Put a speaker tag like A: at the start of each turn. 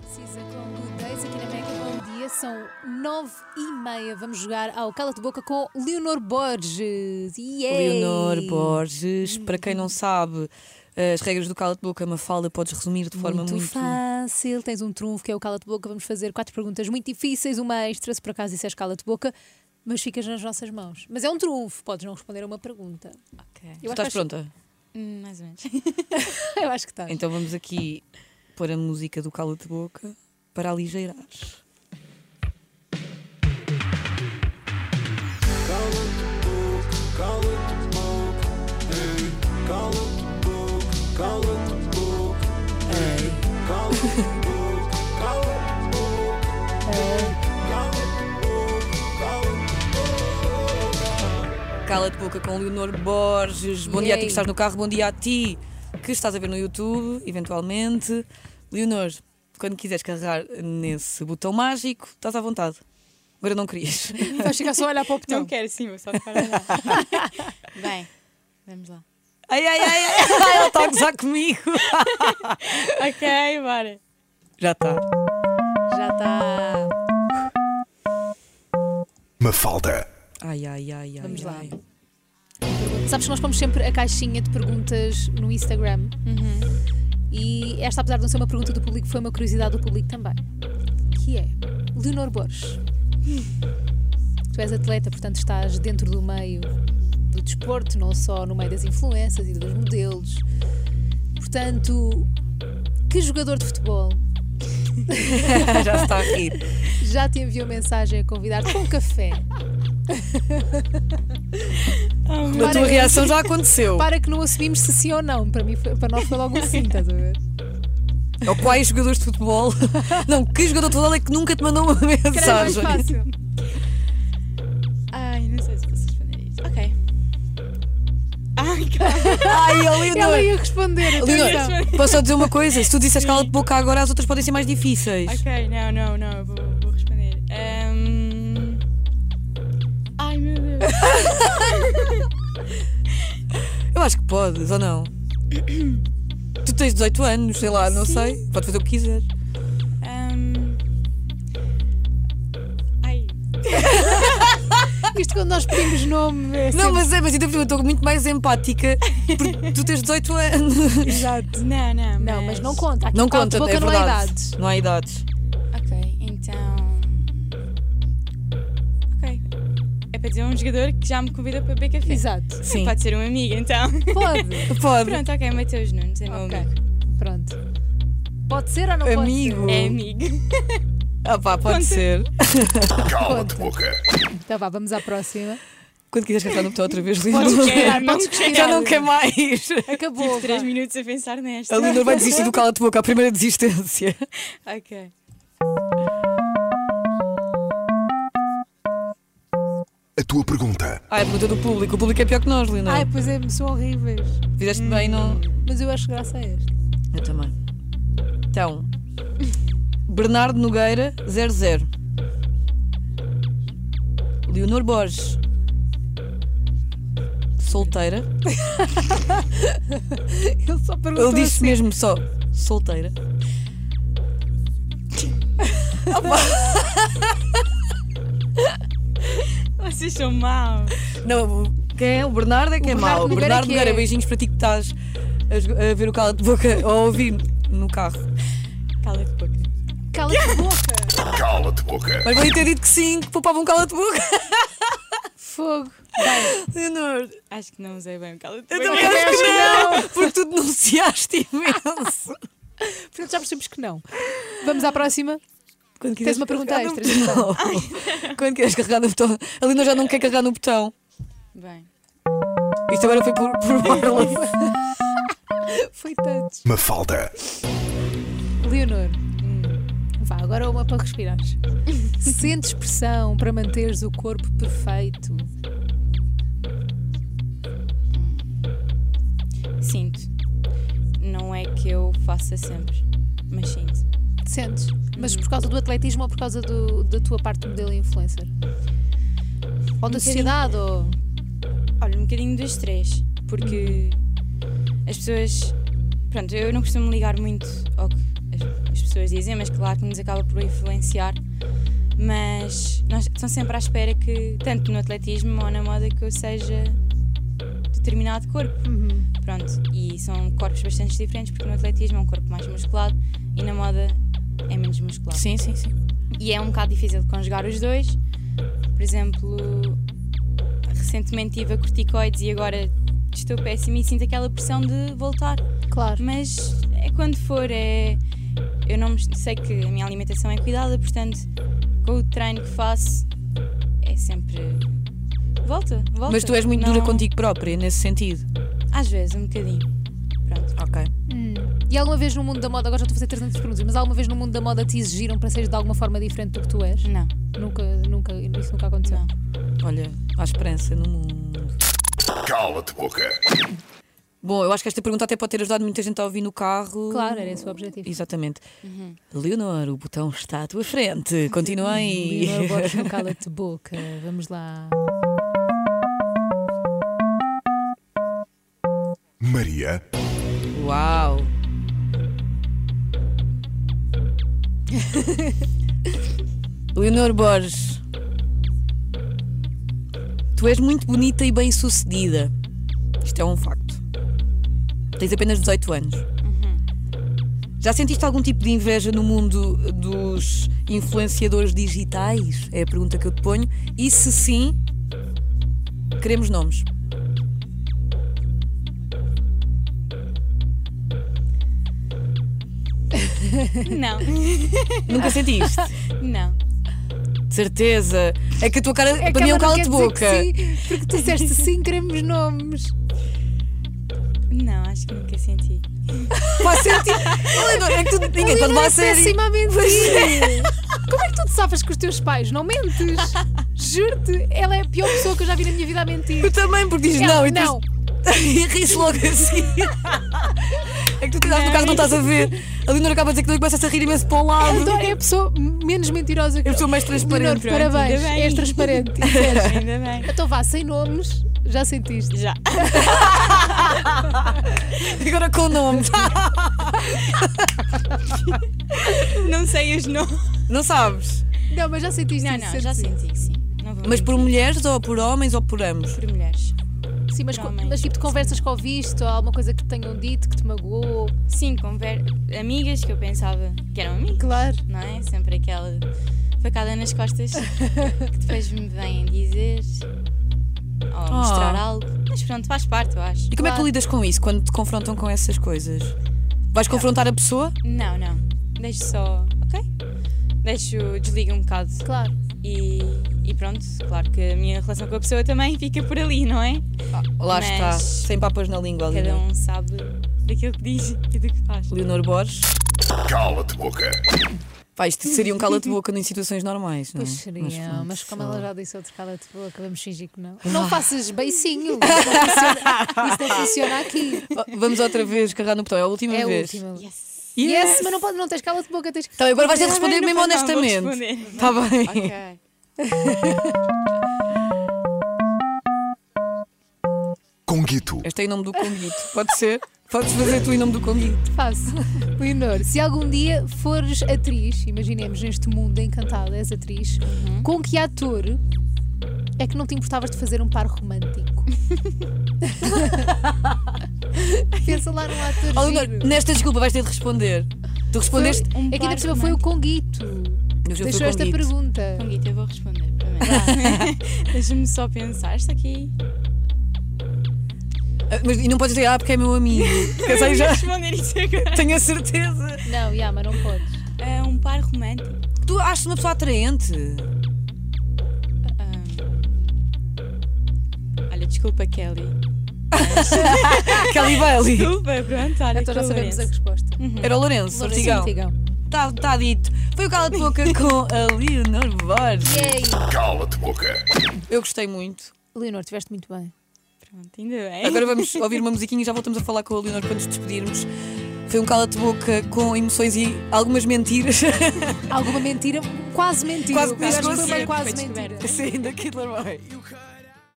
A: precisa com Good Days aqui na Meca. Bom dia, são nove e meia. Vamos jogar ao Cala de Boca com Leonor Borges. Yay!
B: Leonor Borges, para quem não sabe, as regras do é cala de boca, Mafalda, podes resumir de forma muito.
A: muito fácil, tens um trunfo que é o Cala de Boca. Vamos fazer quatro perguntas muito difíceis, uma extra, se por acaso isso é Cala de Boca, mas ficas nas nossas mãos. Mas é um trunfo, podes não responder a uma pergunta.
B: Tu
A: acho
B: estás
A: que-
B: pronta?
C: Hum, Mais ou menos.
A: Eu acho que estás.
B: Então vamos aqui pôr a música do cala de boca para aligeirar. Cala de boca com Leonor Borges. Bom dia a
A: Yay.
B: ti que estás no carro, bom dia a ti que estás a ver no YouTube, eventualmente. Leonor, quando quiseres carregar nesse botão mágico, estás à vontade. Agora não querias.
A: Vais ficar só a olhar para o botão.
C: Não quero sim, vou só um ficar a olhar. Então. Bem, vamos lá.
B: Ai, ai, ai, ai, ela está a gozar comigo.
C: Ok, bora.
B: Já está.
A: Já
C: tá.
A: está.
D: Mafalda.
B: Ai, ai, ai, ai.
A: Vamos lá.
B: ai.
A: Sabes que nós pomos sempre a caixinha de perguntas no Instagram. E esta, apesar de não ser uma pergunta do público, foi uma curiosidade do público também. Que é Leonor Borges. Tu és atleta, portanto estás dentro do meio do desporto, não só no meio das influências e dos modelos. Portanto, que jogador de futebol
B: Já se está a rir.
A: já te enviou mensagem a convidar-te para um café?
B: A tua reação já aconteceu.
A: Para que não assumimos se sim ou não. Para, mim, foi- para nós foi logo um sim, estás a ver?
B: Ou quais jogadores de futebol? Não, que jogador de futebol é que nunca te mandou uma
A: Era mais
B: mensagem?
A: fácil.
C: Ai, não sei se posso responder isso. Ok. Ai, cara.
B: Ai, ó,
A: Ela
B: Leonor.
A: ia responder. atenção.
B: Leonor, posso só dizer uma coisa? Se tu disseres cala de boca agora, as outras podem ser mais difíceis.
C: Ok, não, não, não, eu vou, vou responder. Ahm, Ai, meu Deus.
B: Eu acho que podes, ou não? Tu tens 18 anos, sei lá, não
C: Sim.
B: sei. Podes fazer o que quiseres.
C: Ahm, Ehm, Ai.
A: Isto quando nós pedimos nome. É
B: Não, mas é, mas ainda por cima, eu estou muito mais empática porque tu tens 18 anos.
C: Exato. Não, não.
A: Não, mas não conta. Aqui
B: Não
A: cala
B: conta,
A: de boca
B: é
A: não há
B: verdade.
A: idades.
B: Não há idades.
C: Ok, então. Ok. É para dizer um jogador que já me convida para beber café.
A: Exato.
B: Sim.
C: Pode ser um amigo, então.
A: Pode.
B: Pode.
C: Pronto, ok, Mateus Nunes é meu
A: ok.
C: amigo.
A: Pronto. Pode ser ou não
B: Amigo.
C: É amigo.
B: Ah pá, pode
C: Conta.
B: ser.
D: Cala de boca.
A: pode ser? Então vá, vamos à próxima.
B: Quando quiseres cantar no botão outra vez,
A: Podes
B: Leonor.
A: respirar,
C: quero,
A: podes
C: não
A: respirar.
B: Já não
A: Leonor.
B: quer mais.
A: Acabou.
C: Tive 3
A: vá.
C: minutos a pensar nesta.
B: A Leonor vai desistir do cala de boca, a primeira desistência.
C: Ok.
D: A tua pergunta.
B: Ai, a pergunta do público. O público é pior que nós, Leonor.
A: Ai, pois é, são horríveis.
B: Fizeste bem, não?
A: Mas eu acho graça a este.
B: Eu também. Então, Bernardo Nogueira, 00. Leonor Borges. Solteira.
A: Ele só perguntou.
B: Ele disse mesmo só solteira.
C: Vocês são maus.
B: Não, o- quem é? O Bernardo é que é
A: Bernardo
B: mau. O
A: Nogueira
B: Bernardo
A: que
B: Nogueira,
A: é.
B: beijinhos para ti que estás a, jo- a ver o cala de boca ou a ouvir no carro.
C: Cala de boca.
A: Cala te assim, a boca.
D: Cala de boca.
B: Mas vou ter dito que sim, que poupava um cala de boca.
A: Fogo. Bem,
B: Leonor,
C: Acho que não usei bem o cala de
B: eu
C: boca.
B: também acho que não, porque tu denunciaste imenso.
A: portanto já percebemos que não. Vamos à próxima.
B: Quando
A: Tens uma pergunta
B: carregar no
A: extra,
B: botão. então. Quando queres carregar no botão. A Leonor já não quer carregar no botão.
C: Bem.
B: Isto agora foi por, por borla.
A: Foi tantos.
D: Mafalda.
A: Leonor. hum, Vá, agora uma para respirares. Sentes pressão para manteres o corpo perfeito?
C: Sinto. Não é que eu faça sempre, mas sinto.
A: Sentes? Mas por causa do atletismo ou por causa do- da tua parte de modelo e influencer? Ou da
C: Um
A: sociedade? Ou...
C: Olha, um bocadinho dos três, porque as pessoas. Pronto, eu não costumo ligar muito ao que as, as pessoas dizem, mas claro que nos acaba por influenciar. Mas nós estão sempre à espera que, tanto no atletismo ou na moda, que eu seja determinado corpo. Uhum. Pronto, e são corpos bastante diferentes, porque no atletismo é um corpo mais musculado e na moda é menos musculado.
B: Sim, sim, sim.
C: E é um bocado difícil de conjugar os dois. Por exemplo, recentemente tive a corticoides e agora estou péssima e sinto aquela pressão de voltar.
A: Claro.
C: Mas é quando for, é. Eu não me- sei que a minha alimentação é cuidada, portanto, com o treino que faço, é sempre. Volta, volta.
B: Mas tu és muito dura
C: Não-
B: contigo própria, nesse sentido.
C: Às vezes, um bocadinho. Pronto.
B: Ok.
A: Hum. E alguma vez no mundo da moda, agora já estou a fazer 300 perguntas, mas alguma vez no mundo da moda te exigiram para seres de alguma forma diferente do que tu és?
C: Não,
A: Nunca, nunca, isso nunca aconteceu.
C: Hum. não.
B: Olha, há esperança no mundo.
D: Cala-te boca.
B: Bom, eu acho que esta pergunta até pode ter ajudado muita gente a ouvir no carro.
A: Claro, era esse o objetivo.
B: Exatamente. Leonor, o botão está à tua frente. Continuem.
A: Leonor Borges no Cala-te Boca. Vamos lá.
D: Maria
B: Uau! Leonor Borges, tu és muito bonita e bem sucedida. Isto é um facto. Tens apenas 18 anos. Já sentiste algum tipo de inveja no mundo dos influenciadores digitais? É a pergunta que eu te ponho. E se sim, queremos nomes.
C: Não,
B: Nunca sentiste?
C: não.
B: De certeza. É que a tua cara.
A: É que
B: para mim é um
A: ela não
B: cala de
A: quer
B: boca.
A: dizer que sim, porque tu disseste sim, queremos nomes.
C: Não, acho que nunca senti.
B: Faz sentido. Leonor, é que tu, ninguém pode
A: Leonor é
B: você.
A: péssima a mentir. Como é que tu te safas com os teus pais? Não mentes. Juro-te, ela é a pior pessoa que eu já vi na minha vida a mentir.
B: Eu também, porque diz
A: Ela-
B: não. E,
A: não.
B: tu, e ri-se logo assim. é que tu estás no
C: Não,
B: carro não
C: isso-
B: estás a ver. A Leonor acaba de dizer que tu começas a rir imenso para um lado.
A: Adoro, é a pessoa menos mentirosa que
B: Eu sou mais
A: Leonor,
B: transparente. é?
C: pronto,
A: parabéns,
C: ainda bem.
A: és transparente.
C: Ainda bem.
A: Então vá, sem nomes, já sentiste.
C: Já.
B: Agora com Ah, nomes.
C: Não sei os nomes.
B: não sabes.
A: Não, mas já sentiste
C: Não,
A: isso,
C: não, já
A: sentiste.
C: senti, sim. Não vou
B: Mas
C: mentir.
B: por mulheres, ou por homens, ou por ambos.
C: por mulheres.
A: Sim, mas, co-
C: Homens.
A: mas tipo de conversas que ouviste ou alguma coisa que te tenham dito que te magoou.
C: Sim, conver... amigas que eu pensava que eram amigas.
A: Claro.
C: não é? Sempre aquela facada nas costas que depois me vêm dizer ou
B: Oh.
C: mostrar algo. Mas pronto, faz parte, eu acho.
B: E como é que tu
A: Claro.
B: lidas com isso, quando te confrontam com essas coisas? Vais confrontar a pessoa?
C: Não, não. Deixo só. Ok? Deixo, desligo um bocado
A: Claro.
C: e, e pronto, claro que a minha relação com a pessoa também fica por ali, não é?
A: Ah,
B: Lá
C: Mas-
B: está. Sem papas na língua,
C: Cada
B: Leonor.
C: um sabe daquilo que diz e do que
A: um.
C: faz.
B: Leonor Borges.
D: Cala-te boca.
B: Pá, isto seria um cala-te-boca em situações normais, não é?
C: Hum,
A: Pois seria, mas,
B: pronto,
A: como
B: sei
A: ela
B: lá.
A: já disse outro cala de boca, vamos fingir que não. Não faças beicinho, isso não funciona, isso não funciona aqui.
B: Oh, Vamos outra vez carregar no botão, é a última
A: É a
B: vez.
A: última.
C: Yes!
A: Yes,
B: Yes.
A: mas não, pode, não tens cala de boca, tens que.
B: Então, agora vais ter de responder
C: Não,
B: mesmo
C: não, não, vou
B: honestamente.
C: responder.
B: Está bem.
C: Ok.
D: Conguito.
B: Este é em nome do Conguito. Pode ser? Podes fazer tu em nome do Conguito.
A: Faço. Leonor, se algum dia fores atriz, imaginemos neste mundo encantado, és atriz,
C: Uhum.
A: com que ator é que não te importavas de fazer um par romântico? Pensa lá num ator.
B: Oh, Leonor,
A: giro.
B: nesta desculpa vais ter de responder. Tu respondeste.
A: Foi-
C: um
A: é que ainda
C: par
A: por cima foi o Conguito.
B: Mas eu fui
A: Deixou esta
B: Conguito.
A: pergunta.
C: Conguito, eu vou responder. primeiro. Deixa-me só pensar, isto aqui.
B: Ah, Mas e não podes dizer, ah, porque é meu amigo. Que eu sei já.
C: responder isso agora.
B: Tenho a certeza.
A: Não, Yama, não podes.
C: É um par romântico.
B: Tu achas uma pessoa atraente?
C: Ah, Olha, desculpa, Kelly.
B: Kelly Bailey.
C: Desculpa, pronto, olha.
A: Então já sabemos a
C: Lourenço.
A: resposta.
B: Era o Lourenço,
A: Lourenço
B: Ortigão.
A: Ortigão.
B: Está tá dito. Foi o cala-te-boca com a Leonor Borges.
A: Yay!
D: Cala-te boca.
B: Eu gostei muito.
A: Leonor, estiveste muito bem.
C: Pronto, ainda bem.
B: Agora vamos ouvir uma musiquinha e já voltamos a falar com a Leonor quando nos despedirmos. Foi um cala-te-boca com emoções e algumas mentiras.
A: Alguma mentira? Quase mentira.
B: Quase-
A: Eu acho que foi
B: quase
A: uma
B: mentira.
A: quase
C: Foi
A: mentira.
B: Sim, da Kid Laroi.
D: You